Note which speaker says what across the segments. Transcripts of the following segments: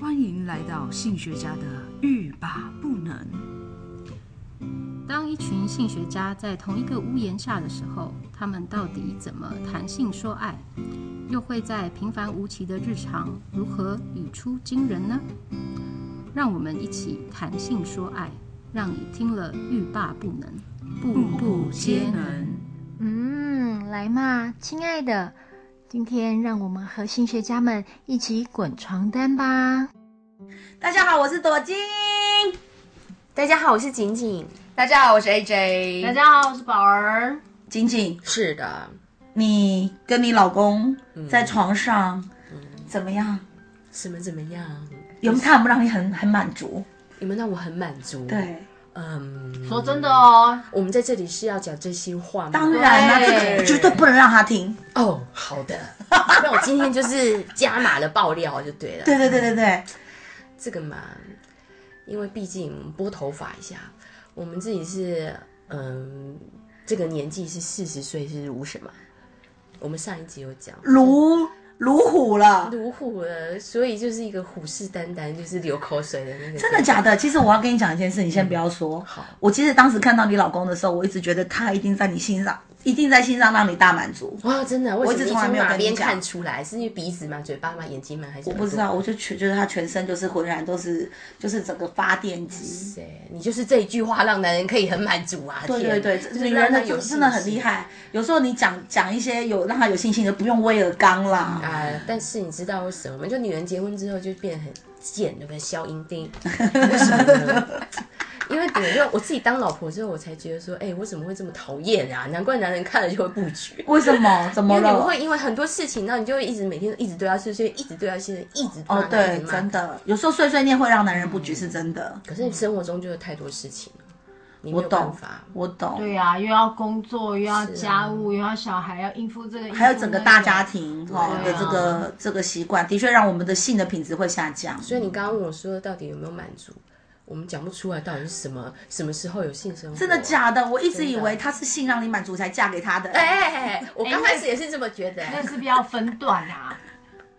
Speaker 1: 欢迎来到性学家的欲罢不能。
Speaker 2: 当一群性学家在同一个屋檐下的时候，他们到底怎么谈性说爱？又会在平凡无奇的日常如何语出惊人呢？让我们一起谈性说爱，让你听了欲罢不能，
Speaker 1: 步步皆能。
Speaker 3: 嗯，来嘛，亲爱的，今天让我们和性学家们一起滚床单吧。
Speaker 4: 大家好，我是朵金。
Speaker 5: 大家好，我是景景。
Speaker 4: 大家好，我是 AJ。
Speaker 6: 大家好，我是宝儿。
Speaker 4: 景景，
Speaker 5: 是的，
Speaker 4: 你跟你老公在床上怎么样？
Speaker 5: 什么怎么样？
Speaker 4: 有没有看不让你很很满足？
Speaker 5: 你们让我很满足。，
Speaker 4: 对，
Speaker 5: 嗯，
Speaker 6: 说真的哦，
Speaker 5: 我们在这里是要讲真心话吗？
Speaker 4: 当然啦、这个绝对不能让他听。
Speaker 5: 哦，好的。 那我今天就是加码的爆料就对了。
Speaker 4: 对对对对对，
Speaker 5: 这个嘛，因为毕竟拨头发一下，我们自己是嗯，这个年纪是四十岁是如什么？我们上一集有讲
Speaker 4: 嗯如如虎了，
Speaker 5: 如虎了，所以就是一个虎视眈眈，就是流口水的那个。
Speaker 4: 真的假的？其实我要跟你讲一件事，你先不要说。
Speaker 5: 好
Speaker 4: 我其实当时看到你老公的时候，我一直觉得他一定在你心上，一定在心上让你大满足。
Speaker 5: 哇，真的，
Speaker 4: 我
Speaker 5: 我
Speaker 4: 一直
Speaker 5: 一
Speaker 4: 从来没有
Speaker 5: 哪
Speaker 4: 跟你
Speaker 5: 边
Speaker 4: 讲
Speaker 5: 看出来？是因为鼻子吗？嘴巴吗？眼睛吗？还是
Speaker 4: 我不知道，我就全觉得他全身就是浑然都是，就是整个发电机。
Speaker 5: 谁？你就是啊这一句话让男人可以很满足啊！
Speaker 4: 对对
Speaker 5: 天
Speaker 4: 对，
Speaker 5: 就是
Speaker 4: 女
Speaker 5: 让
Speaker 4: 人的
Speaker 5: 他有
Speaker 4: 真真的
Speaker 5: 信
Speaker 4: 很
Speaker 5: 心
Speaker 4: 厉害。有时候你讲讲一些有让她有信心的，不用威尔刚啦。
Speaker 5: 啊、但是你知道为什么吗？就女人结婚之后就变得很贱，对不对？消音钉，为什么呢？因为我就我自己当老婆之后，我才觉得说，哎、我怎么会这么讨厌啊？难怪男人看了就会不觉。
Speaker 4: 为什 么？怎么
Speaker 5: 因为你们
Speaker 4: 了？
Speaker 5: 会因为很多事情，然后你就会一直每天一直对他碎碎，一直对他碎碎，一直对他
Speaker 4: 哦，对
Speaker 5: 一直，骂
Speaker 4: 真。的，有时候碎碎念会让男人不
Speaker 5: 嗯
Speaker 4: 举，是真的。
Speaker 5: 可是生活中就有太多事情了，你没
Speaker 4: 我
Speaker 5: 有办
Speaker 4: 懂
Speaker 5: 法，。
Speaker 4: 我懂。
Speaker 6: 对呀、啊又要工作，又要
Speaker 5: 是啊
Speaker 6: 家务，又要小孩，要应付这个，
Speaker 4: 还有整个大家
Speaker 6: 庭。
Speaker 4: 庭哈的
Speaker 6: 对啊
Speaker 4: 这个这个习惯，的确让我们的性的品质会下降。
Speaker 5: 所以你刚刚问我说，到底有没有满足？我们讲不出来，到底是什么什么时候有性生活？
Speaker 4: 真的假的？我一直
Speaker 5: 真的
Speaker 4: 以为他是性让你满足才嫁给他的
Speaker 5: 哎哎哎，我刚开始也是这么觉得、欸
Speaker 6: 那是不是要分段啊？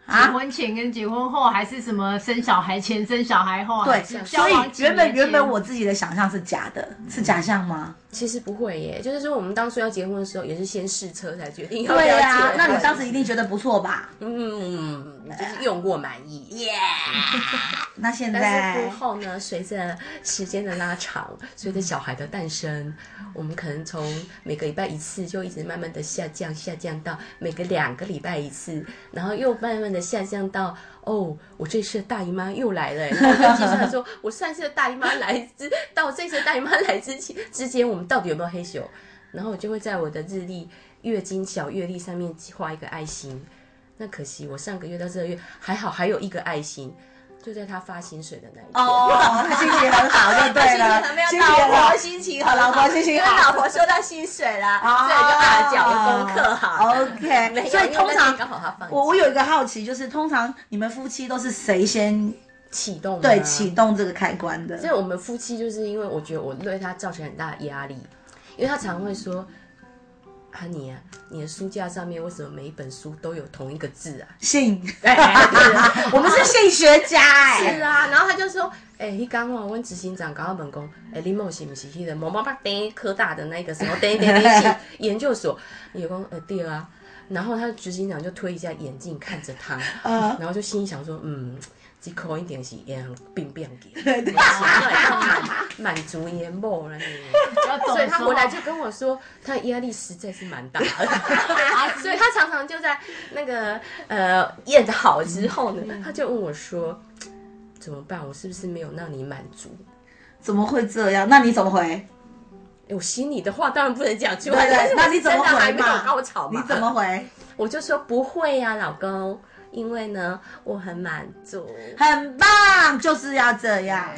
Speaker 6: 结
Speaker 4: 啊。
Speaker 6: 婚前跟结婚后，还是什么生小孩前、生小孩后？
Speaker 4: 对，
Speaker 6: 还是交
Speaker 4: 所以
Speaker 6: 往几
Speaker 4: 原本
Speaker 6: 年
Speaker 4: 原本
Speaker 6: 前
Speaker 4: 我自己的想象是假的，是假象吗？
Speaker 5: 其实不会耶，就是说我们当初要结婚的时候，也是先试车才决定要不
Speaker 4: 对
Speaker 5: 要结
Speaker 4: 呀、
Speaker 5: 婚。
Speaker 4: 那你当时一定觉得不错吧？
Speaker 5: 嗯，就是用过满意耶。
Speaker 4: 那现
Speaker 5: 但是
Speaker 4: 在
Speaker 5: 过后呢，随着时间的拉长，随着小孩的诞生，我们可能从每个礼拜一次就一直慢慢的下降，下降到每个两个礼拜一次，然后又慢慢的下降到哦，我这次的大姨妈又来了， 然后我就计算说，我上次的大姨妈来之到这次的大姨妈来之前之间，我们到底有没有黑咻？然后我就会在我的日历、月经小月历上面画一个爱心。那可惜我上个月到这个月还好还有一个爱心，就在他发薪水的那一天。
Speaker 4: 哦，他心情很好就对了，心
Speaker 5: 心情
Speaker 4: 情
Speaker 5: 很
Speaker 4: 很
Speaker 5: 妙，
Speaker 4: 好
Speaker 5: 老婆，心情很
Speaker 4: 老婆心情好
Speaker 5: 因为老婆收到薪水啦，
Speaker 4: 哦
Speaker 5: 所以就啊缴了功课哈。没
Speaker 4: OK，
Speaker 5: 有
Speaker 4: 所以
Speaker 5: 因为
Speaker 4: 通
Speaker 5: 那天刚
Speaker 4: 常
Speaker 5: 好他放假
Speaker 4: 我我有一个好奇，就是通常你们夫妻都是谁先
Speaker 5: 启动
Speaker 4: 对
Speaker 5: 吗
Speaker 4: 启动这个开关
Speaker 5: 所
Speaker 4: 的？
Speaker 5: 以我们夫妻就是因为我觉得我对他造成很大的压力，因为他常会说：“啊你啊，你的书架上面为什么每一本书都有同一个字啊
Speaker 4: 性，？”
Speaker 5: 哎对
Speaker 4: 我们是性学家
Speaker 5: 是
Speaker 4: 哎，
Speaker 5: 啊，然后他就说：“哎、迄天哦，阮执行长刚刚问讲，哎、你某是不是迄个某某哎八等科大的那个什么等等等是研究所？”也讲呃对啊，然后他执行长就推一下眼镜看着他，
Speaker 4: 呃，
Speaker 5: 然后就心里想说：“嗯，这口一点是也很 病病的，
Speaker 4: 对对
Speaker 5: 满满足年某了你。”
Speaker 6: 要懂
Speaker 5: 所以他
Speaker 6: 说
Speaker 5: 回来就跟我说，他的压力实在是蛮 大的，所以他常常就在那个呃宴好之后
Speaker 4: 嗯
Speaker 5: 呢，他就问我说。怎么办？我是不是没有让你满足？
Speaker 4: 怎么会这样？那你怎么回？
Speaker 5: 哎我心里的话当然不能讲出来，
Speaker 4: 对对
Speaker 5: 但是我
Speaker 4: 那你怎么
Speaker 5: 真的还没
Speaker 4: 回
Speaker 5: 有
Speaker 4: 嘛
Speaker 5: 高潮
Speaker 4: 你
Speaker 5: 嘛？
Speaker 4: 怎么回？
Speaker 5: 我就说不会呀、老公，因为呢，我很满足。
Speaker 4: 很棒，就是要这样。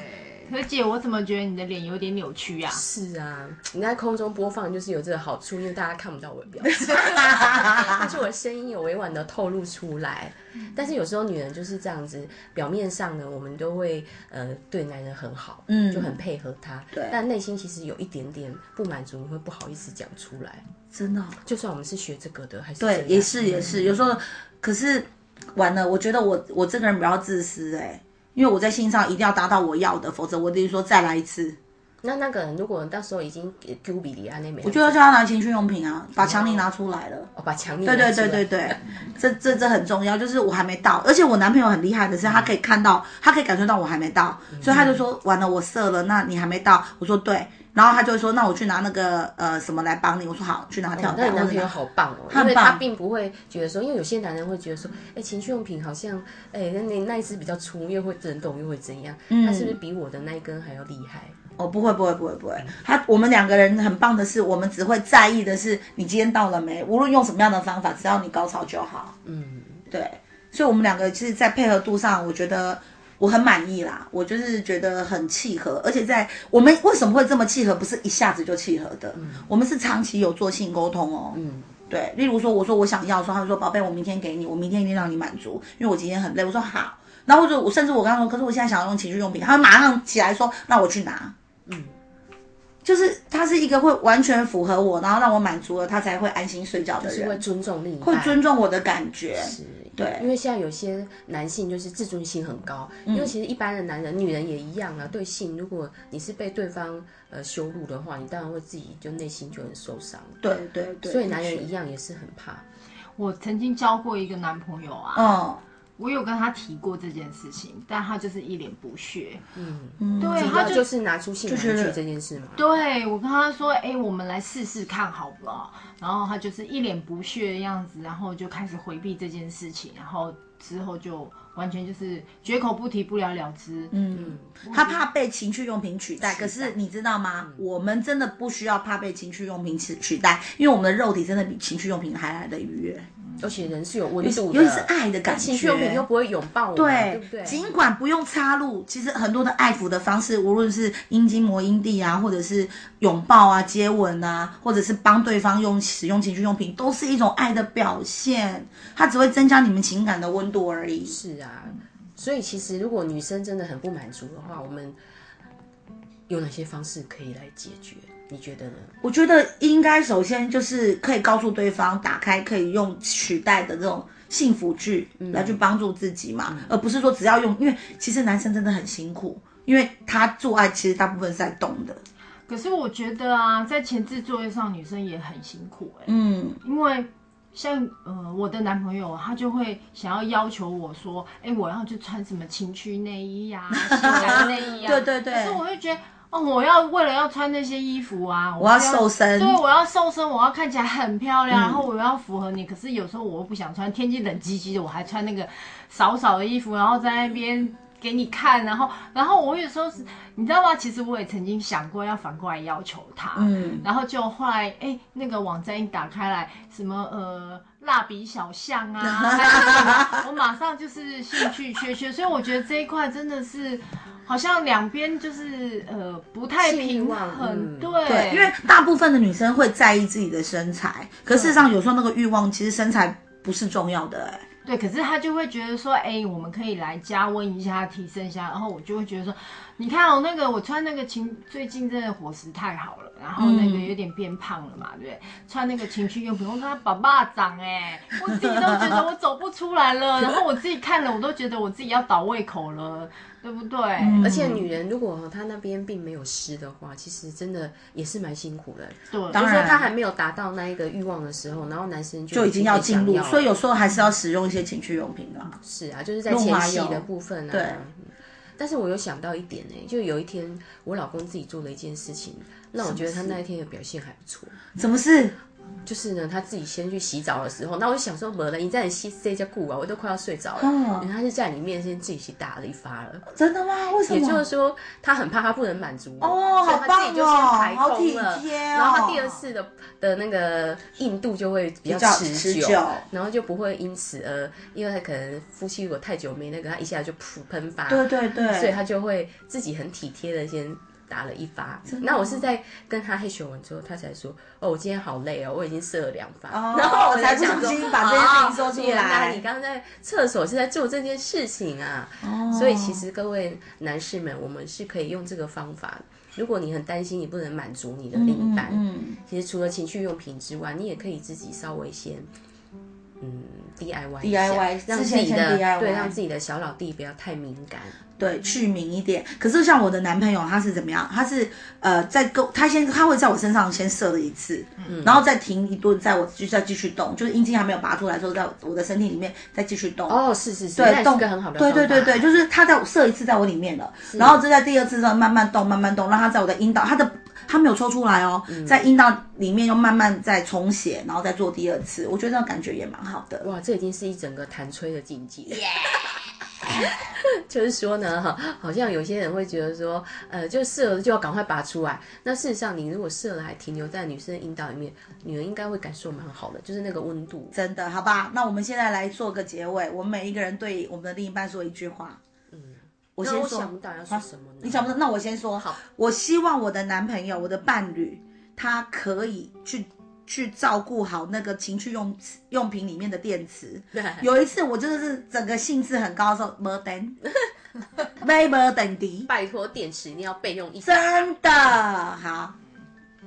Speaker 6: 可是姐，我怎么觉得你的脸有点扭曲啊？
Speaker 5: 是啊，你在空中播放就是有这个好处，因为大家看不到我的表情。 但是我的声音有委婉的透露出来。
Speaker 4: 嗯
Speaker 5: 但是有时候女人就是这样子，表面上呢，我们都会呃对男人很好，
Speaker 4: 嗯
Speaker 5: 就很配合他，
Speaker 4: 对
Speaker 5: 但内心其实有一点点不满足，你会不好意思讲出来。
Speaker 4: 真的哦、
Speaker 5: 就算我们是学这个的，还是啊这
Speaker 4: 对，
Speaker 5: 样嗯
Speaker 4: 也是也是，有时候可是完了，我觉得我我这个人比较自私哎、因为我在性上一定要达到我要的，否则我等于说再来一次。
Speaker 5: 那那个人如果到时候已经丢比利亚那边，
Speaker 4: 我就要叫他拿情趣用品啊，把强力拿出来了。
Speaker 5: 哦把强力
Speaker 4: 对对
Speaker 5: 拿出
Speaker 4: 对
Speaker 5: 来
Speaker 4: 对对，这这这很重要。就是我还没到，而且我男朋友很厉害的是，
Speaker 5: 嗯
Speaker 4: 他可以看到，他可以感受到我还没到，所以他就说完了，我射了，那你还没到？我说对，然后他就会说，那我去拿那个呃什么来帮你。我说好，去拿跳
Speaker 5: 哦
Speaker 4: 蛋。
Speaker 5: 那你
Speaker 4: 或
Speaker 5: 男
Speaker 4: 者
Speaker 5: 朋友好棒哦，
Speaker 4: 他
Speaker 5: 因
Speaker 4: 很
Speaker 5: 为
Speaker 4: 棒
Speaker 5: 他并不会觉得说，因为有些男人会觉得说，哎，情趣用品好像，哎，那那那一支比较粗，又会震动，又会怎样？
Speaker 4: 嗯
Speaker 5: 他是不是比我的那一根还要厉害？
Speaker 4: 哦，不会，不会，不会，不会。他我们两个人很棒的是，我们只会在意的是你今天到了没，无论用什么样的方法，只要你高潮就好。
Speaker 5: 嗯，
Speaker 4: 对，所以我们两个其实，在配合度上，我觉得我很满意啦。我就是觉得很契合，而且在我们为什么会这么契合，不是一下子就契合的，
Speaker 5: 嗯
Speaker 4: 我们是长期有做性沟通哦。嗯。对，例如说，我说我想要的时候，他就说宝贝，我明天给你，我明天一定让你满足，因为我今天很累。我说好，然后或者我甚至我刚刚说，可是我现在想要用情趣用品，他马上起来说，那我去拿。
Speaker 5: 嗯
Speaker 4: 就是他是一个会完全符合我，然后让我满足了，他才会安心睡觉的
Speaker 5: 就是会
Speaker 4: 人，
Speaker 5: 尊重另一
Speaker 4: 会
Speaker 5: 半。
Speaker 4: 尊重我的感觉。
Speaker 5: 是
Speaker 4: 对嗯
Speaker 5: 因为现在有些男性就是自尊心很高，因为其实一般的男人、女人也一样啊。对性，如果你是被对方呃羞辱的话，你当然会自己就内心就很受伤。
Speaker 4: 对对对，
Speaker 5: 所以男人
Speaker 4: 是
Speaker 5: 一样也是很怕。
Speaker 6: 我曾经交过一个男朋友啊，
Speaker 4: 嗯，
Speaker 6: 我有跟他提过这件事情，但他就是一脸不屑。
Speaker 5: 嗯，
Speaker 6: 对，
Speaker 5: 主
Speaker 6: 他
Speaker 5: 要
Speaker 6: 就
Speaker 5: 就是拿出性玩
Speaker 4: 就觉
Speaker 5: 具
Speaker 4: 得
Speaker 5: 这件事嘛。
Speaker 6: 对我跟他说：“哎、我们来试试看好不好？”然后他就是一脸不屑的样子，然后就开始回避这件事情，然后之后就完全就是绝口不提，不了了之。嗯，
Speaker 4: 他怕被情趣用品取代，可是你知道吗？
Speaker 5: 嗯
Speaker 4: 我们真的不需要怕被情趣用品取取代，因为我们的肉体真的比情趣用品还来的愉悦，
Speaker 5: 而且人是有温度的，
Speaker 4: 尤其是爱的感觉。
Speaker 5: 情绪用品又不会拥抱我们，对
Speaker 4: 对
Speaker 5: 不对？
Speaker 4: 尽管不用插入，其实很多的爱抚的方式，无论是阴茎磨阴蒂啊，或者是拥抱啊、接吻啊，或者是帮对方用使用情趣用品，都是一种爱的表现。它只会增加你们情感的温度而已。
Speaker 5: 是啊，所以其实如果女生真的很不满足的话，我们有哪些方式可以来解决？你觉得呢？
Speaker 4: 我觉得应该首先就是可以告诉对方，打开可以用取代的这种幸福剧
Speaker 5: 嗯
Speaker 4: 来去帮助自己嘛，而不是说只要用，因为其实男生真的很辛苦，因为他做爱其实大部分是在动的，
Speaker 6: 可是我觉得啊，在前置作业上，女生也很辛苦哎、
Speaker 4: 嗯，
Speaker 6: 因为像呃我的男朋友，他就会想要要求我说，哎、我要去穿什么情趣内衣呀、性感内衣啊，
Speaker 4: 对对对
Speaker 6: 可是我会觉得。哦，我要为了要穿那些衣服啊，
Speaker 4: 我要瘦身
Speaker 6: 对，我要瘦身，我要看起来很漂
Speaker 4: 嗯
Speaker 6: 亮，然后我要符合你。可是有时候我又不想穿，天气冷唧唧的，我还穿那个少少的衣服，然后在那边给你看，然后，然后我有时候是，你知道吗？其实我也曾经想过要反过来要求他，
Speaker 4: 嗯
Speaker 6: 然后就后来，哎，那个网站一打开来，什么呃蜡笔小 象啊，还有什么我马上就是兴趣缺缺，所以我觉得这一块真的是好像两边就是呃不太平
Speaker 5: 兴旺
Speaker 6: 衡，
Speaker 5: 嗯
Speaker 6: 对，
Speaker 4: 对，因为大部分的女生会在意自己的身材，可事实上有时候那个欲望其实身材不是重要的、欸，
Speaker 6: 对，可是他就会觉得说，哎、我们可以来加温一下，提升一下。然后我就会觉得说，你看哦，那个我穿那个情，最近真的伙食太好了，然后
Speaker 4: 嗯
Speaker 6: 那个有点变胖了嘛，对不对？穿那个情趣用品，我跟他爸爸长哎、我自己都觉得我走不出来了，然后我自己看了，我都觉得我自己要倒胃口了，对不对？
Speaker 4: 嗯
Speaker 5: 而且女人如果她那边并没有湿的话，其实真的也是蛮辛苦的。
Speaker 6: 对，
Speaker 4: 当然
Speaker 5: 就是说她还没有达到那一个欲望的时候，然后男生就
Speaker 4: 就已经要进
Speaker 5: 想
Speaker 4: 入
Speaker 5: 要，了
Speaker 4: 所以有时候还是要使用一些情趣用品啦。
Speaker 5: 是啊，就是在
Speaker 4: 润
Speaker 5: 前
Speaker 4: 滑
Speaker 5: 戏
Speaker 4: 油
Speaker 5: 的部分啊。
Speaker 4: 对
Speaker 5: 嗯但是我有想到一点呢、就有一天我老公自己做了一件事情，让我觉得他那一天的表现还不错。
Speaker 4: 什么事？
Speaker 5: 就是呢，他自己先去洗澡的时候，那我就想说，没了，你在你洗这家顾啊，我都快要睡着了。
Speaker 4: 嗯
Speaker 5: 然后他就在你面前自己去打了一发了。
Speaker 4: 真的吗？为什
Speaker 5: 也
Speaker 4: 么？
Speaker 5: 就是说，他很怕他不能满足我
Speaker 4: 哦
Speaker 5: 所以他自己就先排
Speaker 4: 好棒哦
Speaker 5: 空了，
Speaker 4: 好体贴哦
Speaker 5: 然后他第二次的的那个硬度就会比较
Speaker 4: 比较
Speaker 5: 持
Speaker 4: 持久
Speaker 5: 然后就不会因此而，因为他可能夫妻如果太久没那个，他一下就噗喷发，
Speaker 4: 对对对，
Speaker 5: 所以他就会自己很体贴的先。打了一发，那我是在跟他黑球完之后，他才说：“哦，我今天好累哦，我已经射了两发。
Speaker 4: 哦
Speaker 5: 然后我
Speaker 4: 才不
Speaker 5: 想
Speaker 4: 小
Speaker 5: 说
Speaker 4: 心把这件事情说出
Speaker 5: 哦原
Speaker 4: 来
Speaker 5: 你刚刚在厕所是在做这件事情啊。
Speaker 4: 哦
Speaker 5: 所以其实各位男士们，我们是可以用这个方法。如果你很担心你不能满足你的另一半，
Speaker 4: 嗯，
Speaker 5: 其实除了情趣用品之外，你也可以自己稍微先，嗯， DIY 一下
Speaker 4: DIY
Speaker 5: 让
Speaker 4: 之
Speaker 5: 自
Speaker 4: 前
Speaker 5: 己
Speaker 4: 先
Speaker 5: 的
Speaker 4: DIY
Speaker 5: 对，让自己的小老弟不要太敏感。
Speaker 4: 对，去明一点。可是像我的男朋友，他是怎么样？他是呃，在跟他先他会在我身上先射了一次，
Speaker 5: 嗯
Speaker 4: 然后再停一顿，再我就再继续动，就是阴茎还没有拔出来的时候，在我的身体里面再继续动。
Speaker 5: 哦，是是是，那
Speaker 4: 对，
Speaker 5: 也是
Speaker 4: 动
Speaker 5: 个很好的
Speaker 4: 对对对
Speaker 5: 方法
Speaker 4: 对，就是他在我射一次在我里面了，然后就在第二次上慢慢动，慢慢动，让他在我的阴道，他的他没有抽出来哦，
Speaker 5: 嗯
Speaker 4: 在阴道里面又慢慢再充血，然后再做第二次，我觉得这样感觉也蛮好的。
Speaker 5: 哇，这已经是一整个弹吹的境界。 就是说呢，哈，好像有些人会觉得说，呃，就射了就要赶快拔出来。那事实上，你如果射了还停留在女生的阴道里面，女人应该会感受蛮好的，就是那个温度。
Speaker 4: 真的，好吧，那我们现在来做个结尾，我们每一个人对我们的另一半说一句话。我先
Speaker 5: 嗯那我
Speaker 4: 说，
Speaker 5: 想不到要说什么呢？
Speaker 4: 你想 不到，那我先说。
Speaker 5: 好，
Speaker 4: 我希望我的男朋友，我的伴侣，他可以去去照顾好那个情趣用用品里面的电池。有一次，我真的是整个兴致很高的时候，没灯，没没等迪，
Speaker 5: 拜托电池一定要备用一下。
Speaker 4: 真的好。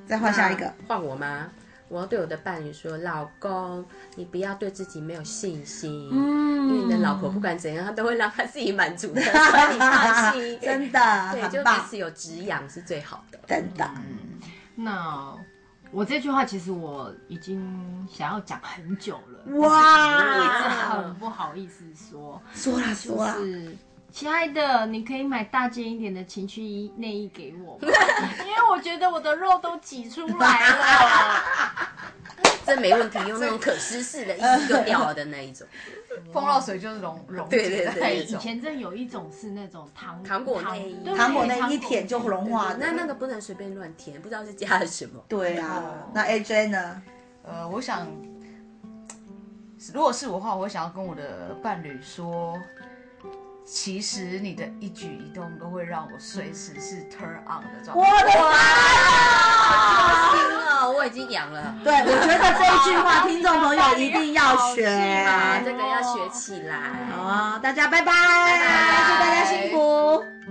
Speaker 4: 再换下一个，
Speaker 5: 那换我吗？我要对我的伴侣说，老公，你不要对自己没有信心。嗯，因为你的老婆不管怎样，她都会让她自己满足的，所以你放心。
Speaker 4: 真的啊
Speaker 5: 对，
Speaker 4: 很
Speaker 5: 就彼
Speaker 4: 棒，
Speaker 5: 此有止痒是最好的。
Speaker 4: 真的。
Speaker 6: 那我这句话其实我已经想要讲很久了，一直
Speaker 4: 哇，
Speaker 6: 很不好意思说，
Speaker 4: 说啦
Speaker 6: 就
Speaker 5: 啊
Speaker 4: 说啦，
Speaker 6: 是。亲爱的，你可以买大件一点的情趣衣内衣给我 吗，因为我觉得我的肉都挤出来了。
Speaker 5: 这没问题，用那种可湿式的，一就掉了的那 一种。
Speaker 7: 碰到水就是溶溶
Speaker 5: 对对
Speaker 7: 解的
Speaker 5: 对
Speaker 7: 那
Speaker 6: 哎
Speaker 7: 一
Speaker 6: 以
Speaker 7: 种。
Speaker 6: 前真有一种是那种糖
Speaker 5: 糖果内衣
Speaker 6: 对
Speaker 4: 糖果那
Speaker 6: 糖
Speaker 4: 一舔就融化的
Speaker 5: 那。那个不能随便乱填，不知道是加了 什么。
Speaker 4: 对啊，那 AJ 呢？
Speaker 7: 呃，我想，如果是我的话，我会想要跟我的伴侣说，其实你的一举一动都会让我随时是 turn on 的状态。
Speaker 4: 的妈！
Speaker 5: 听了，我已经痒了。
Speaker 4: 对，我觉得这一句话，听众朋友一定 要学。
Speaker 5: 啊，这个要学起来。
Speaker 4: 好啊，大家拜拜，祝大家幸福。